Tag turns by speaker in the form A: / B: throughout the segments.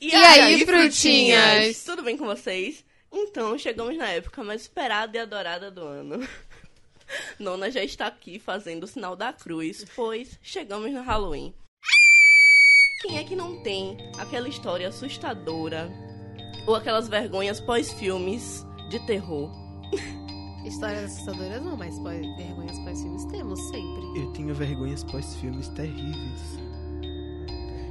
A: E aí, frutinhas?
B: Tudo bem com vocês? Então, chegamos na época mais esperada e adorada do ano. Nona já está aqui fazendo o sinal da cruz, pois chegamos no Halloween. Quem é que não tem aquela história assustadora ou aquelas vergonhas pós-filmes de terror?
A: Histórias assustadoras não, mas pós, vergonhas pós-filmes temos sempre.
C: Eu tenho vergonhas pós-filmes terríveis.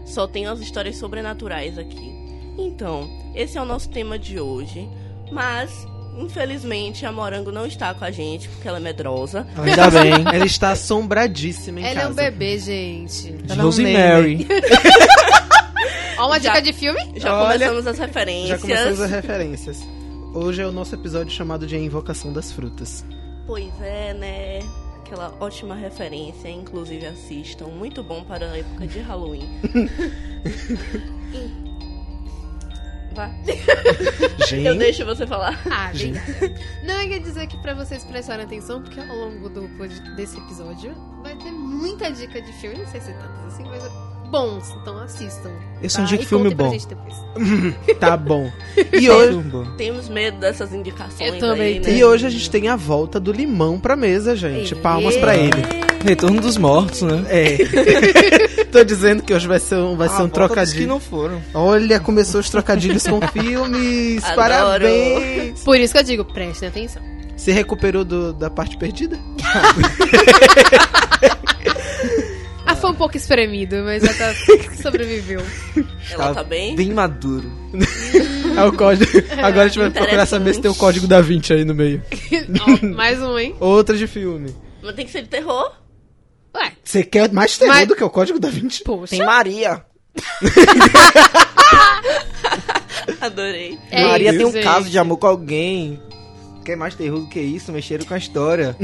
B: Só tenho as histórias sobrenaturais aqui. Então, esse é o nosso tema de hoje. Mas, infelizmente, a Morango não está com a gente, porque ela é medrosa.
C: Ainda bem. Ela está assombradíssima em
A: Ela é
C: casa.
A: um bebê, gente.
C: De
D: Ela é um
C: Rosemary.
A: Ó, uma
B: Já-
A: dica de filme?
B: Já
C: Olha,
B: começamos as
C: Já
B: referências.
C: começamos as referências. Hoje é o nosso episódio chamado de A Invocação das Frutas.
B: Pois é, né? Aquela ótima referência, inclusive assistam. Muito bom para a época de Halloween. E- Vá. Eu
C: Gente,
B: deixo você falar.
A: Ah,
C: Gente.
A: obrigada. Não, eu ia dizer que pra vocês prestarem atenção, porque ao longo do, pod- desse episódio vai ter muita dica de filme, não sei se tantas assim, mas bons, então assistam.
C: Esse
A: tá?
C: é um dia
A: E
C: de filme
A: contem pra
C: bom.
A: gente depois.
C: tá bom. E hoje,
B: Temos medo dessas indicações
A: Eu também
B: aí, né?
A: tenho.
C: e hoje a gente tem a volta do limão pra mesa, gente.
A: Ei.
C: Palmas pra ele. um
D: Retorno dos mortos, né?
C: É. Tô dizendo que hoje vai ser um, vai ser
D: A
C: um
D: volta dos que
C: trocadilho.
D: não foram.
C: Olha, começou os trocadilhos com filmes.
B: Adoro.
C: Parabéns.
A: Por isso que eu digo, prestem atenção.
C: Se recuperou do- da parte perdida?
A: Ah, foi um pouco espremido, mas já tá sobreviveu.
B: Ela tá bem?
D: Bem maduro.
C: É o código. Agora a gente vai procurar
B: Interessante.
C: saber se tem o código da 20 aí no meio.
A: Ó, mais um, hein?
C: Outra de filme.
B: Mas tem que ser de terror?
A: Ué,
C: Você quer mais terror
A: Mas-
C: do que o código da 20?
A: poxa.
D: Tem Maria.
B: Adorei.
A: É
D: Maria
A: isso,
D: tem um
A: gente.
D: caso de amor com alguém. Quer mais terror do que isso? Mexeram com a história.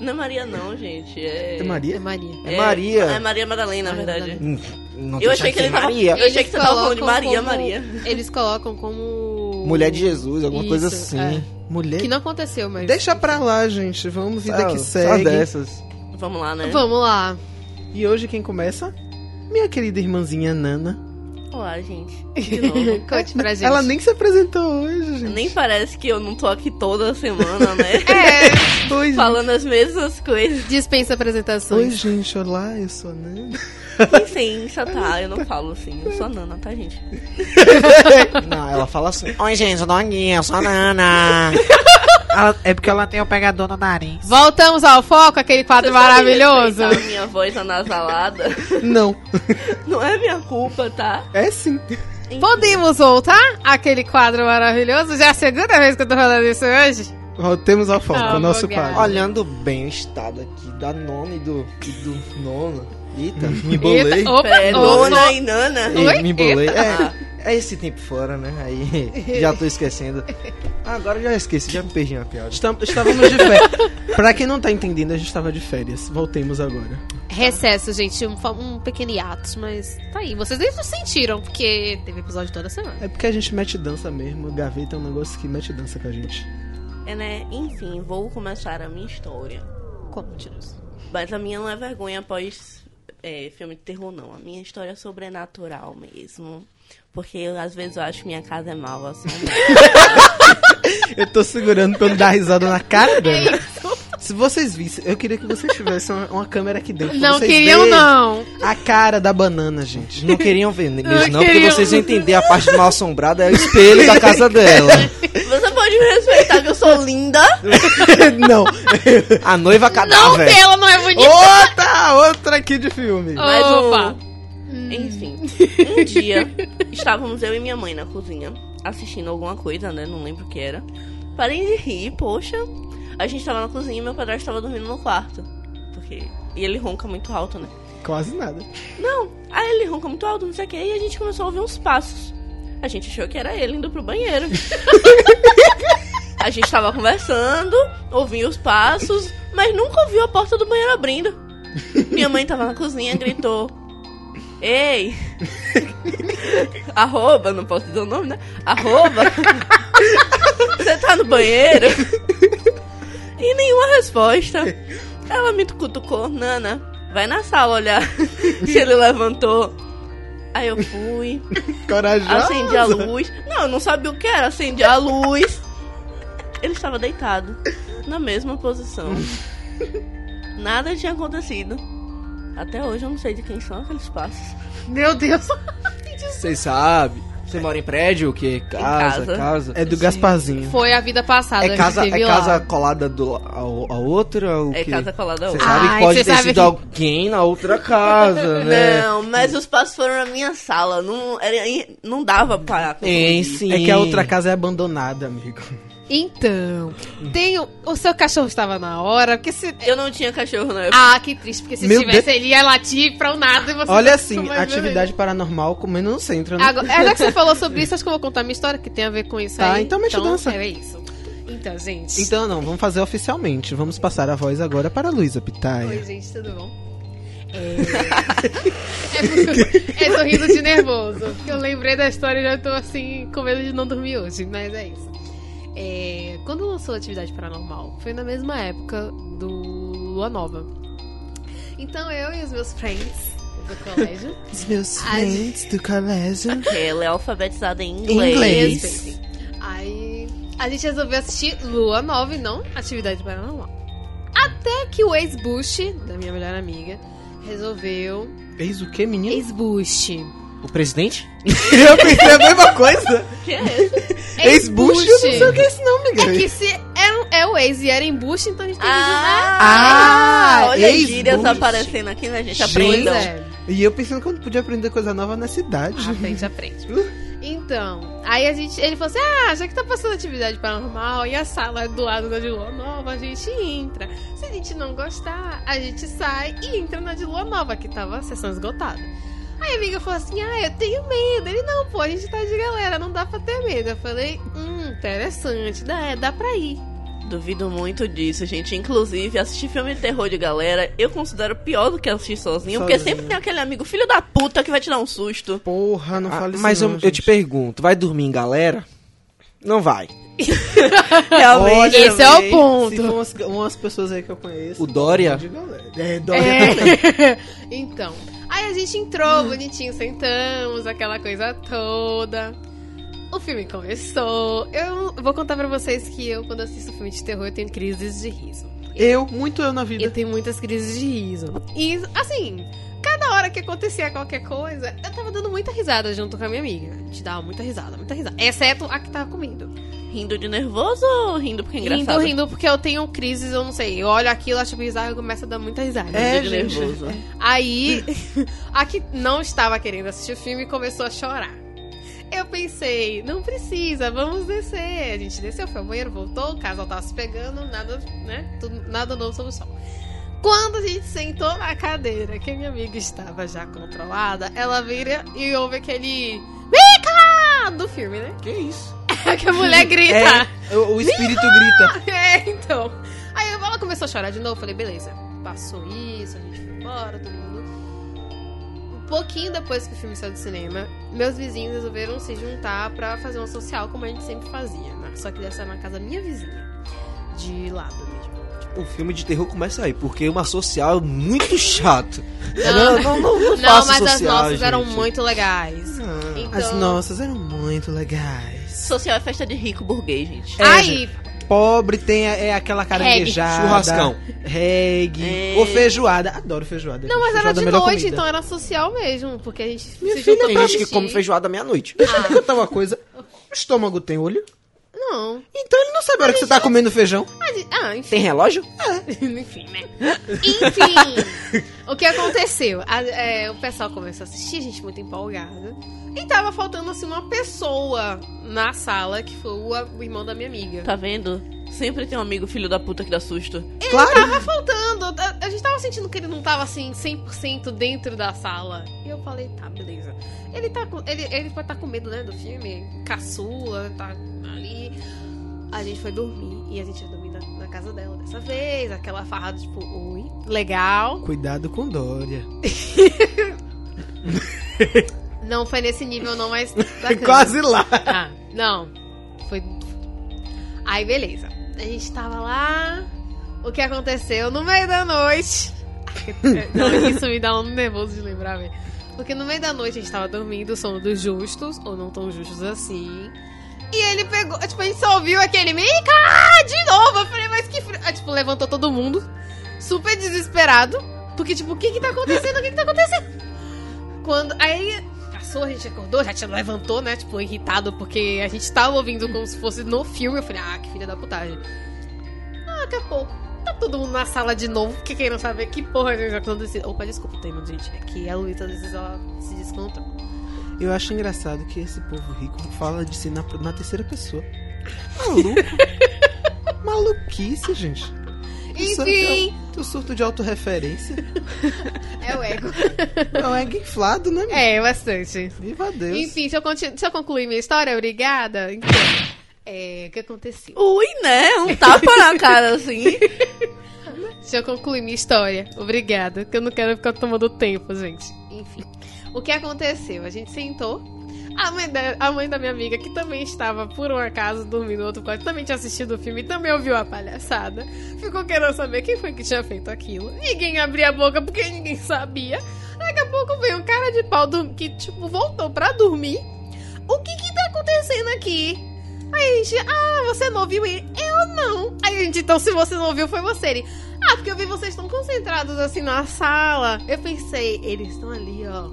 B: Não é Maria, não, gente. É,
C: É
A: É
C: Maria?
A: Maria.
D: É Maria.
B: É Maria Madalena, na verdade.
A: Maria
D: Hum, Não
B: Eu
D: deixa
B: achei que
D: aqui,
B: ele tava-
D: Maria.
B: Eu achei que você tava falando de
A: colocam
B: Maria,
A: como-
B: Maria.
A: Eles colocam como.
D: Mulher de Jesus, alguma coisa
A: Isso,
D: assim.
A: é.
C: Mulher?
A: Que não aconteceu, mas.
C: Deixa pra lá, gente. Vamos vida
D: É, Ah, Só-
C: que
D: só
C: segue.
D: dessas.
B: Vamos lá, né?
A: Vamos lá.
C: E hoje quem começa? Minha querida irmãzinha Nana.
B: Olá, gente. De novo.
A: Conte pra gente.
C: Ela nem se apresentou hoje, gente.
B: Nem parece que eu não tô aqui toda semana, né?
A: É,
C: Oi, gente.
B: Falando as mesmas coisas.
A: dispensa
C: Oi,
A: apresentações.
C: gente. Olá, eu sou a Nana.
B: Licença, tá? Eu não falo assim. Eu sou a Nana, tá, gente?
D: Não, ela fala assim. Oi, gente, eu tô aqui, eu sou a Nana.
E: é porque ela tem o pegador no nariz.
A: Voltamos ao foco, aquele quadro
B: Vocês
A: maravilhoso.
B: sabem respeitar a minha voz anasalada.
C: Não.
B: Não é minha culpa, tá?
C: É sim.
A: Podemos voltar àquele quadro maravilhoso? Já é a segunda vez que eu tô falando isso hoje.
C: Voltemos ao foco,
A: Ah,
C: ao nosso
A: bugado.
C: quadro.
D: Olhando bem o estado aqui da nona e do, e do nono. Eita, me
A: Eita, opa,
B: Pera,
A: opa.
B: é, Nona e Nana. Ah,
A: Oi?
D: Ei, me embolei. É, é esse tempo fora, né? Aí já tô esquecendo. Ah, agora eu já esqueci, já me perdi na piada.
C: Estam- Estávamos de férias. pra quem não tá entendendo, a gente estava de férias. Voltemos agora.
A: Recesso, gente, um, fa- um pequeno hiato, mas tá aí. Vocês nem se sentiram, porque teve episódio toda semana.
C: É porque a gente mete dança mesmo. Gaveta é um negócio que mete dança com a gente.
B: É, né? Enfim, vou começar a minha história.
A: Conte-nos.
B: Mas a minha não é vergonha após é, filme de terror, não. A minha história é sobrenatural mesmo. Porque eu, às vezes eu acho que minha casa é mal, assim.
C: Eu tô segurando pra eu não dar risada na
A: É
C: cara dela. Se vocês vissem, eu queria que vocês tivessem uma, uma câmera aqui dentro. pra
A: Não
C: vocês
A: queriam,
C: verem
A: não.
C: A cara da banana, gente.
D: Não queriam ver mesmo,
A: Não
D: não, porque
A: queriam.
D: vocês iam entender a parte mal assombrada é o espelho da casa dela.
B: Você pode me respeitar que eu sou linda.
C: não.
D: A noiva
A: Não,
D: cadáver.
A: ela não é bonita.
C: Outra, outra aqui de filme.
B: Mas o-
A: Opa.
B: Enfim, um dia estávamos eu e minha mãe na cozinha assistindo alguma coisa, né? Não lembro o que era. Parei de rir, poxa. A gente tava na cozinha e meu padrasto estava dormindo no quarto. Porque. E ele ronca muito alto, né?
C: Quase nada.
B: Não, aí ele ronca muito alto, não sei o que, e a gente começou a ouvir uns passos. A gente achou que era ele indo pro banheiro. a gente tava conversando, ouvindo os passos, mas nunca ouviu a porta do banheiro abrindo. Minha mãe tava na cozinha, gritou: Ei! Arroba, não posso dizer o nome, né? Arroba! Você tá no banheiro? E nenhuma resposta. Ela me cutucou, Nana, vai na sala olhar se ele levantou. Aí eu fui,
D: Corajosa.
B: acendi a luz. Não, eu não sabia o que era, acendi a luz. Ele estava deitado, na mesma posição. Nada tinha acontecido. Até hoje eu não sei de quem são aqueles passos.
A: Meu Deus.
D: Vocês sabem. Você mora em prédio, o quê? Casa,
B: casa.
D: casa.
C: É do Gasparzinho.
A: Foi a vida passada
D: É casa,
A: que teve
D: é
A: lá.
D: casa colada do, ao, ao outra? O
B: É
D: quê?
B: casa colada a
D: Você
B: outra.
D: sabe
A: Ai,
D: que pode
A: você
D: ter
A: sabe
D: sido
A: que-
D: alguém na outra casa, né?
B: Não, mas os passos foram na minha sala. Não, era, não dava pra.
D: Tem sim.
C: É que a outra casa é abandonada, amigo.
A: Então, tem o, o seu cachorro estava na hora, porque se...
B: Eu não tinha cachorro na época.
A: Ah, que triste, porque se
C: Meu
A: tivesse,
C: Deus.
A: ele ia latir pra um nada e você...
C: Olha
A: não
C: assim,
A: vai ver
C: atividade paranormal comendo no centro,
A: ele.
C: né?
A: é Agora, é já que você falou sobre isso, acho que eu vou contar minha história, que tem a ver com isso
C: Tá,
A: aí.
C: então mete dança.
A: É isso. Então, gente...
C: Então não, vamos fazer oficialmente. Vamos passar a voz agora para Luísa Pitaia.
A: Oi, gente, tudo bom? É... porque eu- eu tô rindo de nervoso. porque Eu lembrei da história e já tô assim, com medo de não dormir hoje, mas é isso. É, Quando lançou a Atividade Paranormal, foi na mesma época do Lua Nova. Então eu e os meus friends do colégio.
C: Os meus
A: Ai,
C: friends do colégio.
B: Ela é alfabetizada em inglês.
C: Inglês.
A: Respeitem. Aí a gente resolveu assistir Lua Nova e não Atividade Paranormal. Até que o ex-Bush, da minha melhor amiga, resolveu.
C: Eis o que, menino?
A: Ex-Bush.
D: O presidente?
C: Eu pensei a mesma coisa.
B: Que é isso?
C: Ex-Bush, eu não sei o que é isso não, amiga.
A: É que se é, um- é o ex e era em Bush, então a gente tem
C: Ah,
B: olha as
C: ex-
B: gírias
C: boost.
B: aparecendo aqui, né, gente?
C: Gente.
A: que dizer,
B: Aprendam.
A: né?
C: E eu pensando que eu não podia aprender coisa nova na cidade.
A: Pois é. Aprende, aprende. Então, aí a gente, ele falou assim, ah, já que tá passando atividade paranormal e a sala é do lado da de lua nova, a gente entra. Se a gente não gostar, a gente sai e entra na de lua nova, que tava a sessão esgotada. Aí a amiga falou assim, ah, eu tenho medo. Ele, não, pô, a gente tá de galera, não dá pra ter medo. Eu falei, hum, interessante, dá, dá pra ir.
B: Duvido muito disso, gente. Inclusive, assistir filme de terror de galera, eu considero pior do que assistir sozinho, porque
C: Sozinho.
B: sempre tem aquele amigo filho da puta que vai te dar um susto.
C: Porra, não
D: Ah,
C: fale isso
D: mas
C: não,
D: eu, eu
C: gente.
D: te pergunto, vai dormir em galera? Não vai.
B: Realmente.
C: Olha,
A: Esse é o
C: véi,
A: ponto.
C: Se for umas, umas pessoas aí que eu conheço.
D: O Dória?
C: de galera. É, Dória.
A: É. então. Aí a gente entrou bonitinho, sentamos, aquela coisa toda. O filme começou. Eu vou contar pra vocês que eu, quando assisto filme de terror, eu tenho crises de riso.
C: Eu, muito eu na
A: Eu
C: vida.
A: tenho muitas crises de riso. E, assim, cada hora que acontecia qualquer coisa, eu tava dando muita risada junto com a minha amiga. A gente dava muita risada, muita risada. Exceto a que tava com medo.
B: Rindo de nervoso ou rindo porque é engraçado?
A: Rindo, rindo, porque eu tenho crises, eu não sei. Eu olho aquilo, acho bizarro e começo a dar muita risada.
B: Rindo de
C: É, gente.
B: nervoso.
A: Aí, a que não estava querendo assistir o filme começou a chorar. Eu pensei, não precisa, vamos descer. A gente desceu, foi ao banheiro, voltou, o casal tava se pegando, nada, né? Tudo- nada novo sob o sol. Quando a gente sentou na cadeira, que a minha amiga estava já controlada, ela vira e ouve aquele. Mica! Do filme, né?
D: Que isso?
A: Que a mulher grita.
D: É, o, o espírito grita.
A: É, então. Aí ela começou a chorar de novo. Eu falei, beleza, passou isso, a gente foi embora, todo mundo. Um pouquinho depois que o filme saiu do cinema, meus vizinhos resolveram se juntar pra fazer uma social, como a gente sempre fazia. né? Só que dessa era na casa da minha vizinha. De lado mesmo.
D: O filme de terror começa aí, porque uma social é muito chato.
A: Não,
D: não, não, não,
A: Não,
D: faço
A: mas as
D: social,
A: nossas eram
D: gente.
A: muito legais. Então-
C: As nossas eram muito legais.
B: Social é festa de rico burguês,
D: é,
B: gente.
A: Aí,
C: Pobre tem a- é aquela caranguejada.
D: Churrascão.
B: É.
C: Reggae. Ou feijoada. Adoro feijoada.
A: não, mas era de noite, então
C: então
A: era social mesmo, porque a gente
C: Minha
A: se
C: filha,
A: juntou
D: Tem
A: pra
D: gente que
A: assistir.
D: come feijoada à meia-noite.
C: Deixa
A: Ah.
C: eu perguntar uma coisa. O estômago tem olho?
A: Não.
C: Então ele não sabe a hora que você tá comendo feijão.
A: A gente- Ah, enfim.
D: Tem relógio?
A: Enfim, né? Enfim, o que aconteceu? A- é, o pessoal começou a assistir, a gente muito empolgada. E tava faltando, assim, uma pessoa na sala, que foi o, a- o irmão da minha amiga.
B: Tá vendo? Sempre tem um amigo filho da puta que dá susto.
C: claro.
A: Tava faltando, a, a gente tava sentindo que ele não tava, assim, 100% dentro da sala. E eu falei, tá, beleza. Ele tá com, ele, ele pode estar com medo, né, do filme, caçula, tá ali. A gente foi dormir, e a gente ia dormir na, na casa dela dessa vez, aquela farrada, tipo, ui, legal.
C: Cuidado com Dória.
A: Não foi nesse nível, não, mas.
D: É
A: bacana.
C: Quase lá.
A: Ah, não. Foi. Aí, beleza. A gente tava lá. O que aconteceu no meio da noite? Não, isso me dá um nervoso de lembrar, velho. Porque no meio da noite a gente tava dormindo, sono dos justos, ou não tão justos assim. E ele pegou, tipo, a gente só ouviu aquele Mica! De novo! Eu falei, mas que. frio. Aí, tipo, levantou todo mundo, super desesperado. Porque, tipo, o que que tá acontecendo? O que que tá acontecendo? Quando. Aí passou, a gente acordou, já tinha levantou, né? Tipo, irritado, porque a gente tava ouvindo como se fosse no filme. Eu falei, ah, que filha da putagem. Ah, daqui a pouco. Tá todo mundo na sala de novo, porque quem não sabe que porra já aconteceu. Opa, desculpa o tema, gente. É que a Luísa às vezes ela se descontrola.
C: Eu acho engraçado que esse povo rico fala de si na, na terceira pessoa. Maluco. Maluquice, gente. Tu sabe que é
A: Enfim,
C: o- Tu surto de autorreferência.
A: é o ego.
C: Não é inflado, né? menino?
A: É, bastante.
C: Viva Deus.
A: Enfim, se eu, continu... se eu concluir minha história, obrigada. Então, é, o que aconteceu?
B: Ui, né? Um tapa na cara assim.
A: Se eu concluir minha história, obrigada, que eu não quero ficar tomando tempo, gente. Enfim, o que aconteceu? A gente sentou, a mãe da, a mãe da minha amiga, que também estava, por um acaso, dormindo no outro quarto, também tinha assistido o filme, também ouviu a palhaçada, ficou querendo saber quem foi que tinha feito aquilo. Ninguém abria a boca porque ninguém sabia. Daqui a pouco veio um cara de pau do- que, tipo, voltou pra dormir. O que que tá acontecendo aqui? Aí a gente, ah, você não ouviu ele? Eu não. Aí a gente, então se você não ouviu, foi você. Ele, ah, porque eu vi vocês tão concentrados assim na sala. Eu pensei, eles estão ali, ó,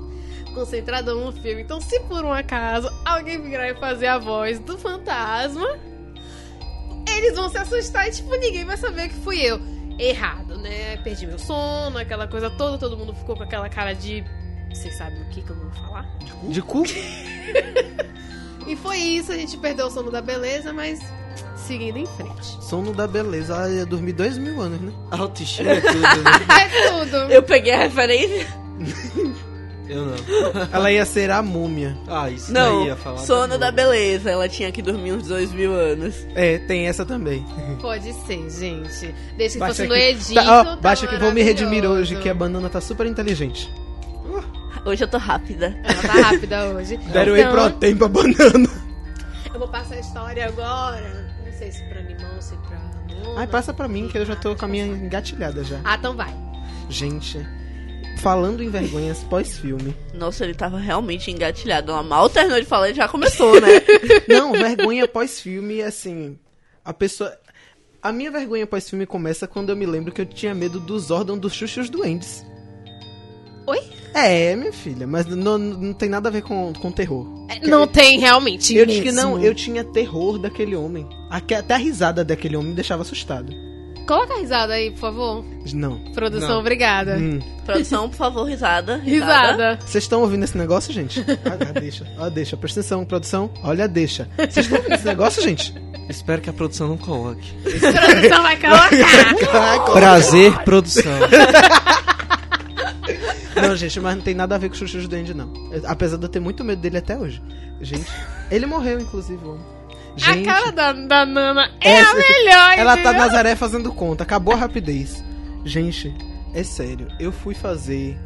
A: concentrados no filme. Então, se por um acaso alguém virar e fazer a voz do fantasma, eles vão se assustar e, tipo, ninguém vai saber que fui eu. Errado, né? Perdi meu sono, aquela coisa toda, todo mundo ficou com aquela cara de. Vocês sabem o que, que eu não vou falar?
C: De cu?
A: E foi isso, a gente perdeu o sono da beleza, mas seguindo em frente.
C: Sono da beleza. Ela ia dormir dois mil anos, né?
D: Autoestima é tudo, né?
A: É tudo!
B: Eu peguei a referência.
D: Eu não.
C: Ela ia ser a múmia.
D: Ah, isso
B: Não,
D: daí ia falar.
B: sono da
D: também.
B: beleza. Ela tinha que dormir uns dois mil anos.
C: É, tem essa também.
A: Pode ser, gente. Deixa que
C: Baixa
A: fosse no
C: aqui.
A: edito.
C: Tá, ó,
A: tá
C: baixa que vou me redimir
A: maravilhoso.
C: hoje, que a banana tá super inteligente.
B: Hoje eu tô rápida.
A: Ela tá rápida hoje.
C: Deram whey
A: então,
C: protein pra banana.
A: eu vou passar a história agora. Não sei se pra animal, se pra. Luna.
C: Ai, passa pra mim, que eu já tô com a minha engatilhada já.
A: Ah, então vai.
C: Gente, falando em vergonhas pós-filme.
B: Nossa, ele tava realmente engatilhado. Ela mal terminou de falar e já começou, né?
C: Não, vergonha pós-filme, assim. A pessoa. A minha vergonha pós-filme começa quando eu me lembro que eu tinha medo dos órgãos dos chuchos doentes.
A: Oi?
C: É, minha filha, mas não, não tem nada a ver com, com terror.
A: É, Não tem realmente.
C: eu
A: mesmo.
C: tinha, não, eu tinha terror daquele homem. Aque- Até a risada daquele homem me deixava assustado.
A: Coloca a risada aí, por favor.
C: Não.
A: Produção,
D: Não.
A: obrigada.
C: Hum.
B: Produção, por favor, risada.
A: Risada.
C: Vocês estão ouvindo esse negócio, gente? Ah, ah, deixa, ó, deixa. Presta atenção, produção. Olha, a deixa. Vocês estão ouvindo esse negócio, gente?
D: Espero que a produção não coloque.
A: Produção vai colocar.
D: Prazer, produção.
C: Não, gente, mas não tem nada a ver com o Chuchu de Duende, não. Eu- Apesar de eu ter muito medo dele até hoje. Gente, ele morreu, inclusive, o homem.
A: A
C: Gente,
A: cara da, da Nana é a
C: Essa-
A: melhor.
C: ela tá
A: entendeu?
C: Nazaré fazendo conta. Acabou a rapidez. Gente, é sério. Eu fui fazer...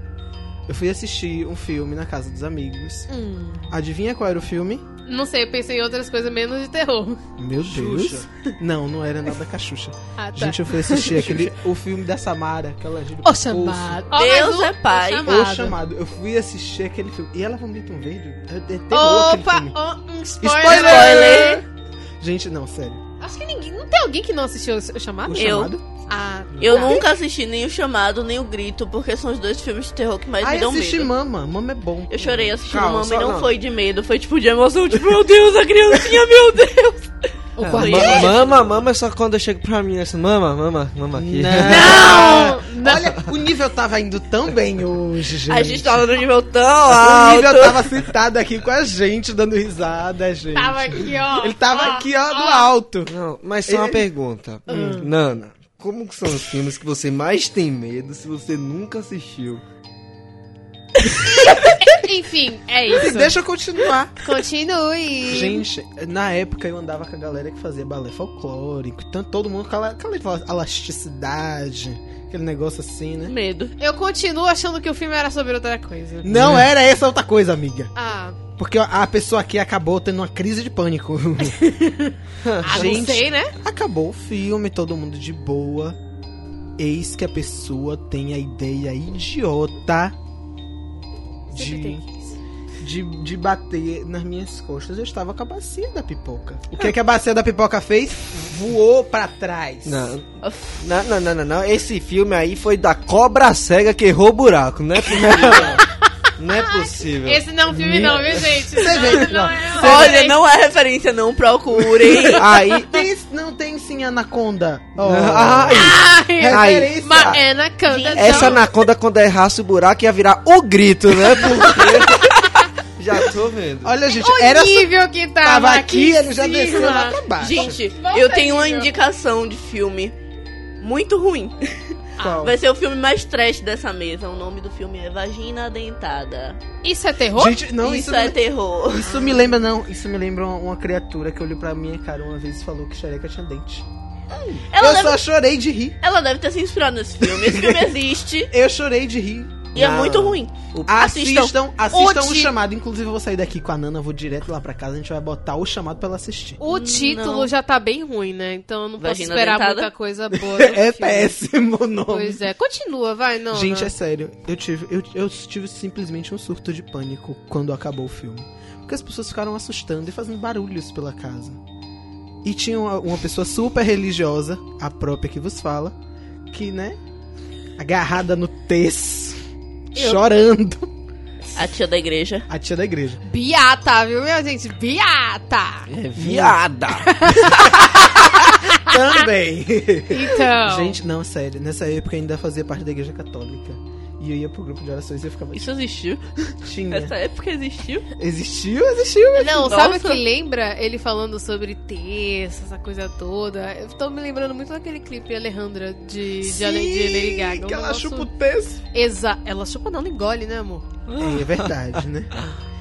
C: Eu fui assistir um filme na casa dos amigos.
A: Hum,
C: Adivinha qual era o filme?
A: não sei, eu pensei em outras coisas menos de terror.
C: Meu
D: Xuxa.
C: Deus. Não, não era nada com a Xuxa.
A: Ah, tá.
C: Gente, eu fui assistir aquele, o filme da Samara, aquela Júlia
A: Ó, chamado. Ó, mais
B: Deus
A: um.
B: é pai.
A: Ó,
C: O
A: chamado.
C: chamado. Eu fui assistir aquele filme. E ela vomita um verde? É, é terror aquele
A: Opa!
C: filme.
A: ó, um spoiler.
B: Spoiler.
C: Gente, não, sério.
A: Acho que ninguém. Não tem alguém que não assistiu o chamado?
C: O
B: Eu.
C: chamado?
A: Ah,
B: Eu nunca assisti nem o chamado, nem o grito, porque são os dois filmes de terror que mais me
C: Aí
B: dão
C: assisti
B: medo.
C: Mama. Mama é bom.
B: Eu chorei assistindo
C: Calma,
B: Mama e
C: só-
B: não,
C: não.
B: foi de medo, foi tipo de emoção, tipo, meu Deus, a criancinha, meu Deus.
A: o
D: Ah,
A: quarto.
D: ma- mama, mama é só quando eu chego pra mim, assim, mama, mama, mama aqui.
C: Não! Olha, o nível tava indo tão bem hoje, gente.
B: A gente tava no nível tão
C: O nível
B: alto.
C: tava sentado aqui com a gente, dando risada, gente.
A: Tava aqui, ó.
C: Ele tava
A: Ó,
C: aqui, ó, do alto.
D: Não, mas só uma pergunta. Hum. Nana, como que são os filmes que você mais tem medo se você nunca assistiu?
A: Enfim, é isso.
C: Assim, Deixa eu continuar.
A: Continue.
C: Gente, na época eu andava com a galera que fazia balé folclórico, então todo mundo com aquela aquela elasticidade, aquele negócio assim, né?
B: Medo.
A: Eu continuo achando que o filme era sobre outra coisa.
C: Não era essa outra coisa, amiga.
A: Ah,
C: Porque a pessoa aqui acabou tendo uma crise de pânico.
A: ah não sei, né?
C: acabou o filme, todo mundo de boa. Eis que a pessoa tem a ideia idiota de
A: Sempre tem
C: de,
A: isso.
C: de, de bater nas minhas costas, eu estava com a bacia da pipoca. O que, é que a bacia da pipoca fez? Voou pra trás.
D: Não. não, não, não, não, não. Esse filme aí foi da cobra cega que errou o buraco, não é possível. não é possível.
A: Esse não é um filme, não, viu, gente? Você
C: vê,
A: não,
C: não.
A: é,
B: Olha, não é referência, não procurem.
C: Aí tem, não tem sim Anaconda. Oh.
D: Ai,
A: Ai,
C: referência.
A: mas Ana canta.
D: essa
A: não.
D: anaconda, quando errasse o buraco, ia virar o grito, né? Porque. Já tô vendo.
C: Olha, gente,
A: O
C: era só
A: nível que tava,
C: tava aqui,
A: em
C: ele já
A: cima.
C: desceu lá pra baixo.
B: Gente,
A: Volta
B: eu tenho uma
A: aí, ó.
B: indicação de filme muito ruim.
C: Qual?
B: Vai ser o filme mais trash dessa mesa. O nome do filme é Vagina Dentada.
A: Isso é terror?
C: Gente, não,
B: Isso
C: isso,
B: é
C: não-
B: terror.
C: isso me lembra, não. Isso me lembra uma, uma criatura que olhou pra minha cara uma vez e falou que xereca tinha dente.
B: Ela,
C: eu
B: deve,
C: só chorei de rir.
B: ela deve ter se inspirado nesse filme. Esse filme existe
C: Eu chorei de rir.
B: e é
D: Não.
B: muito ruim. Assistam.
C: Assistam, assistam o
A: Hoje.
C: chamado. Inclusive, eu vou sair daqui com a Nana, vou direto lá pra casa. A gente vai botar o chamado pra ela assistir.
A: O título
B: Não.
A: já tá bem ruim, né? Então eu não posso
B: Vagina
A: esperar
B: dentada.
A: muita coisa boa. do
C: É
A: filme.
C: péssimo o nome.
A: Pois é. Continua, vai, não. né?
C: Gente,
A: não.
C: é sério. Eu tive, eu, eu tive simplesmente um surto de pânico quando acabou o filme. Porque as pessoas ficaram assustando e fazendo barulhos pela casa. E tinha uma, uma pessoa super religiosa, a própria que vos fala, que, né, agarrada no terço,
A: Eu-
C: chorando.
B: A tia da igreja.
C: A tia da igreja.
A: Beata, viu, minha gente? Beata!
D: É viada.
C: Também.
A: Então.
C: Gente, não, sério. Nessa época eu ainda fazia parte da igreja católica. E eu ia pro grupo de orações e eu ficava...
B: Isso existiu?
C: Tinha.
B: Essa época existiu?
C: Existiu, existiu.
A: Não,
B: Nossa.
A: sabe o que lembra? Ele falando sobre terça, essa coisa toda. Eu tô me lembrando muito daquele clipe Alejandra de, de, Ale- de Lady Gaga. Um
C: que ela
A: negócio-
C: chupa o terço.
A: Exa... Ela chupa não, ela engole, né, amor?
C: É verdade, né?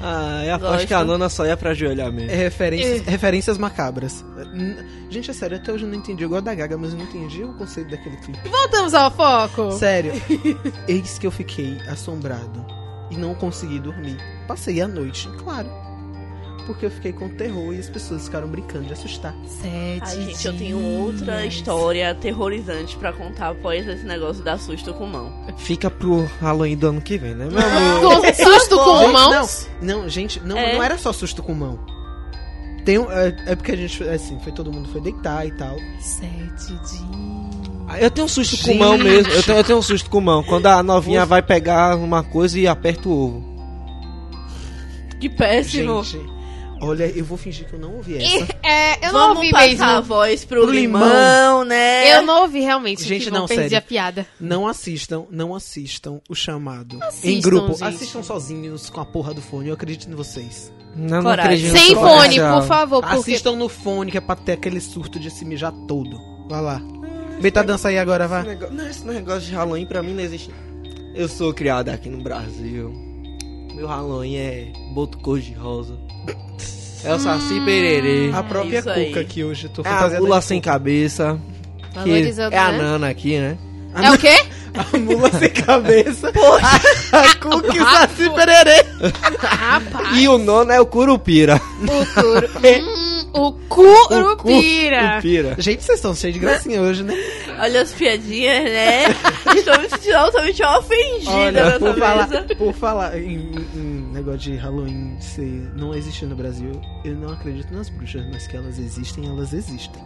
D: Ah, eu
B: Gosto.
D: acho que a nona só ia pra ajoelhar
C: É
D: mesmo.
C: referências, referências macabras. N- Gente, é sério, até hoje eu não entendi. Eu gosto da Gaga, mas eu não entendi o conceito daquele clipe.
A: Voltamos ao foco.
C: Sério. Eis que eu fiquei assombrado e não consegui dormir. Passei a noite, claro. Porque eu fiquei com terror e as pessoas ficaram brincando de assustar.
A: Sete
B: Ai, gente, eu tenho
A: dias.
B: outra história aterrorizante pra contar após esse negócio da susto com mão.
D: Fica pro Halloween do ano que vem, né, meu amor?
A: Com susto com
C: Gente,
A: mãos?
C: Não, gente, não,
B: É.
C: não era só susto com mão. Tem um, é, é porque a gente, assim, foi todo mundo foi deitar e tal.
A: Sete dias.
D: Ah, Eu tenho um susto com mão mesmo. Eu tenho, eu tenho um susto com mão. Quando a novinha vai pegar uma coisa e aperta o ovo.
B: Que péssimo.
C: Gente, olha, eu vou fingir que eu não ouvi essa.
A: E- É, eu não
B: Vamos
A: ouvi
B: passar
A: mesmo. É.
B: a voz pro,
C: Pro
B: limão,
C: limão.
B: né?
A: Eu não ouvi realmente.
C: Gente,
A: que não,
C: não,
A: perdi
C: sério.
A: a piada.
C: Não assistam, não assistam o chamado
A: Assistam,
C: em grupo.
A: gente.
C: Assistam sozinhos com a porra do fone, eu acredito em vocês.
D: Não, não
B: Coragem.
D: acredito.
A: Sem
C: sou
A: fone,
D: Coragem.
A: por favor. Porque...
C: Assistam no fone, que é pra ter aquele surto de se mijar todo. Vai lá. Beita dança aí agora,
D: Esse
A: É
C: vá.
D: negócio- não, esse negócio de Halloween pra mim não existe. Eu sou criado aqui no Brasil. Meu Halloween é boto cor de rosa. É o
A: Ah.
D: Saci Pererê.
C: A própria
B: isso aí.
C: Cuca que hoje eu tô
D: É a
C: fantasiada.
D: mula
C: de
D: sem
C: cuca.
D: cabeça. Que
A: Valorizando,
D: é a
A: né?
D: nana aqui, né?
A: É o quê?
C: A mula sem cabeça. A Cuca e o
B: Tipo,
C: Saci Pererê.
A: Rapaz,
D: E o nono é o Curupira.
A: o curu... hum, o curupira.
D: Curupira.
C: Gente, vocês estão cheios de gracinha hoje, né?
B: Olha as piadinhas, né? Estou me sentindo altamente ofendida
C: Olha,
B: nessa
C: por falar,
B: mesa.
C: por falar em, em negócio de Halloween ser não existir no Brasil, eu não acredito nas bruxas, mas que elas existem, elas existem.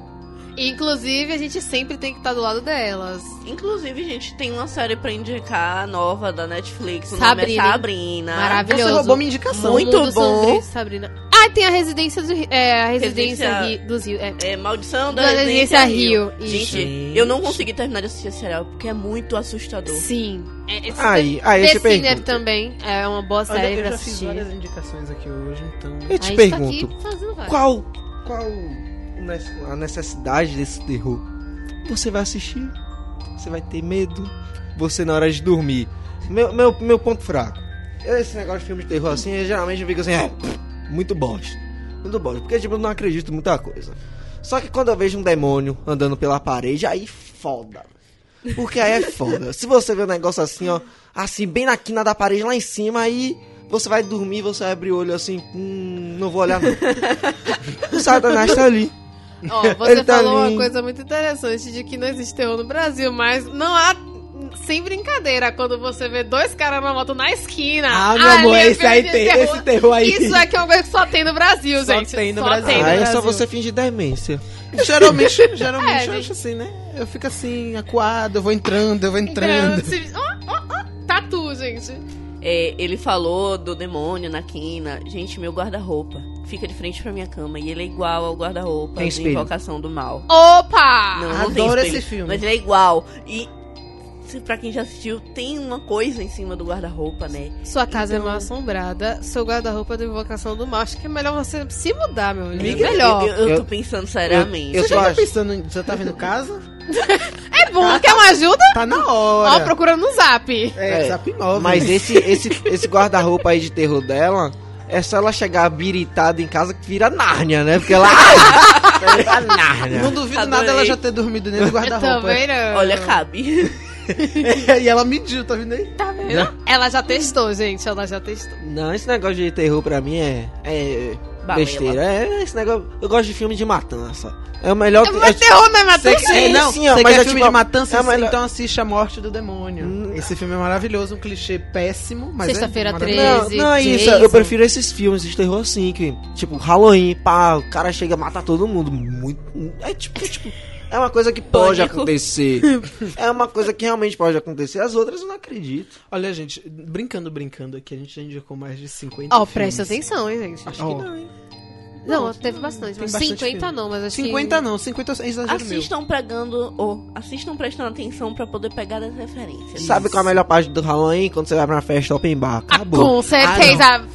A: Inclusive, a gente sempre tem que estar do lado delas.
B: Inclusive, gente, tem uma série pra indicar nova da Netflix. O nome é
A: Sabrina.
B: Sabrina.
A: Maravilhoso.
C: Você roubou minha indicação.
B: Muito
A: O mundo
B: bom.
A: sombrio de Sabrina. Ah, tem a residência do Ri- é, a residência,
B: Residência-
A: Ri- dos Rio. É.
B: É Maldição da
A: Da
B: Residência
A: Residência
B: Rio.
A: Rio.
B: Gente,
D: Gente.
B: eu não consegui terminar de assistir a serial porque é muito assustador.
A: Sim. É, esse
D: Aí, aí eu
A: The
D: te
A: Sinner
D: pergunto.
A: também é uma boa
C: Olha,
A: série
C: eu
A: pra
C: já fiz
A: assistir.
C: várias indicações aqui hoje, então.
D: Eu
A: A
D: te
A: gente tá aqui
D: pergunto.
A: fazendo várias.
D: Qual, qual ne- a necessidade desse terror? Você vai assistir, você vai ter medo, você na hora de dormir. Meu, meu, meu ponto fraco. Eu, esse negócio de filme de terror assim, eu, geralmente eu fico assim, é, muito bosta. Muito bosta, porque tipo, eu não acredito em muita coisa. Só que quando eu vejo um demônio andando pela parede, aí foda. Porque aí é foda. Se você vê um negócio assim, ó, assim, bem na quina da parede, lá em cima, aí você vai dormir, você vai abrir o olho assim, hum, não vou olhar não. O Satanás tá ali.
A: Ó, você
D: Ele tá
A: falou uma
D: lindo.
A: coisa muito interessante de que não existe terror no Brasil, mas não há Sem brincadeira, quando você vê dois caras na moto na esquina.
C: Ah, meu amor,
A: ali é
C: esse aí
A: filme de
C: tem, esse terror aí.
A: Isso aqui é uma coisa que só tem no Brasil,
C: Só
A: gente.
C: tem no Brasil.
A: tem no
D: Aí é
C: Brasil.
D: só você fingir demência.
C: Geralmente, geralmente
A: É,
C: eu
A: gente.
C: acho assim, né? Eu fico assim, acuado, eu vou entrando, eu vou entrando.
A: Entrando, se- ó, ó, ó, Tatu, gente.
B: É, ele falou do demônio na quina. Gente, meu guarda-roupa fica de frente pra minha cama e ele é igual ao guarda-roupa
D: Tem
B: de
D: espelho.
B: Invocação do Mal.
A: Opa!
B: Não, não tem
C: Adoro
B: espelho,
C: esse filme.
B: Mas ele é igual. E se- pra quem já assistiu, tem uma coisa em cima do guarda-roupa, né?
A: Sua casa é mal assombrada, seu guarda-roupa é da invocação do mal. Acho que é melhor você se mudar, meu amigo.
B: Eu-
A: melhor.
B: Eu, eu
D: Eu-
B: tô pensando seriamente.
D: eu-
C: Você
D: só
C: já tá
D: acho-
C: pensando, em- você tá vendo casa?
A: É bom, quer uma ajuda?
C: Tá na
A: Ó,
C: hora.
A: procura no zap.
C: É,
D: É,
C: zap móvel.
D: Mas esse, esse, esse guarda-roupa aí de terror dela, é só ela chegar biritada em casa que vira Nárnia, né? Porque ela. vira
C: Não
D: Nárnia.
C: duvido
B: Adorei.
C: nada ela já ter dormido nele no
A: Eu
C: guarda-roupa.
A: também não.
B: Olha, cabe.
C: e ela mediu, tá vendo aí?
A: tá vendo? Ela já testou, gente. Ela já testou.
D: Não, esse negócio de terror pra mim é. É.
B: Balela.
D: Besteira. É, esse negócio. Eu gosto de filme de matança. É o melhor.
A: É mais terror, né, Matheus?
D: Você- Sim,
C: não,
D: sim, ó,
C: você
D: mas
C: quer
D: é
C: filme
D: tipo-
C: de matança,
D: é, mas-
C: então assiste A Morte do Demônio.
D: Hum.
C: Esse filme é maravilhoso, um clichê péssimo, mas
A: Sexta-feira
C: é maravilhoso.
A: 13.
D: Não, não é isso.
A: Jason.
D: Eu prefiro esses filmes de terror assim, que, tipo, Halloween, pá, o cara chega e mata todo mundo. Muito. É tipo, tipo. É uma coisa que pode
B: Pânico.
D: acontecer. É uma coisa que realmente pode acontecer. As outras eu não acredito.
C: Olha, gente, brincando, brincando aqui, a gente já indicou mais de 50
A: Ó,
C: filmes.
A: presta atenção, hein, gente.
D: Acho
C: Ó.
D: que não, hein?
A: Não, teve bastante.
C: tem
A: Mas
C: bastante
A: 50
C: filme.
A: não, mas assim, acho
C: 50
A: que...
C: não, 50 é exagero meu.
B: Assistam pregando, ou assistam prestando atenção pra poder pegar as referências.
D: Sabe qual é a melhor parte do Halloween? Quando você vai pra uma festa open bar. Acabou.
A: Com certeza,
C: melhor-
B: Inclusive,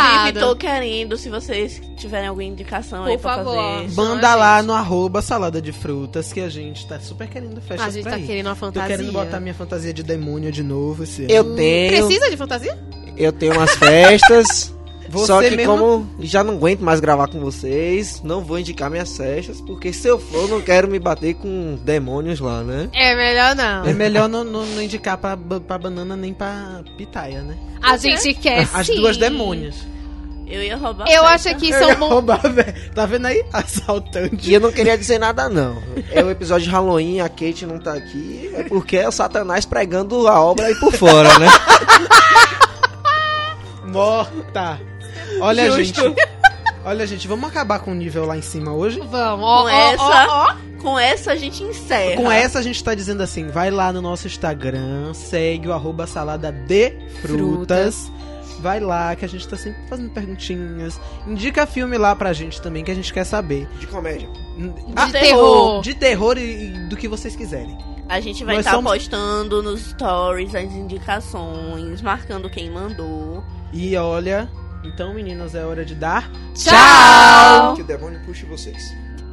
A: fantasiado.
B: tô querendo, se vocês tiverem alguma indicação aí
A: Por
B: pra
A: favor.
B: fazer.
C: Manda
A: Não, é
C: lá
A: gente.
C: no arroba salada de frutas que a gente tá super querendo festas
A: A gente
C: pra
A: tá
C: ir.
A: querendo uma fantasia.
C: Tô querendo botar minha fantasia de demônio de novo esse ano.
D: Eu tenho.
A: Precisa de fantasia?
D: Eu tenho umas festas.
C: Você
D: só que
C: mesmo-
D: como já não aguento mais gravar com vocês, não vou indicar minhas festas, porque se eu for, não quero me bater com demônios lá, né?
A: É melhor não.
C: É melhor não, não- não indicar pra, ba- pra banana nem pra pitaia, né?
A: A gente quer
C: As
A: sim.
C: duas demônias.
B: Eu ia roubar.
A: Eu
B: a
A: acho
B: festa.
A: que
C: Eu ia
A: são bons...
C: roubar, velho. Tá vendo aí? Assaltante.
D: E eu não queria dizer nada, não. É o episódio de Halloween, a Kate não tá aqui, é porque é o Satanás pregando a obra aí por fora, né?
C: Morta. Olha,
B: Justo.
C: gente. Olha, gente, vamos acabar com o nível lá em cima hoje?
A: Vamos, ó,
B: Com
A: ó,
B: essa-
A: ó, ó.
B: Com essa a gente encerra.
C: Com essa a gente tá dizendo assim, vai lá no nosso Instagram, segue o arroba salada de frutas. Vai lá, que a gente tá sempre fazendo perguntinhas. Indica filme lá pra gente também, que a gente quer saber.
D: De comédia.
A: De terror.
C: De terror e, e do que vocês quiserem.
B: A gente vai
C: Nós
B: estar
C: somos-
B: postando nos stories as indicações, marcando quem mandou.
C: E olha, então meninas, é hora de dar...
A: Tchau!
D: Que o demônio puxe vocês.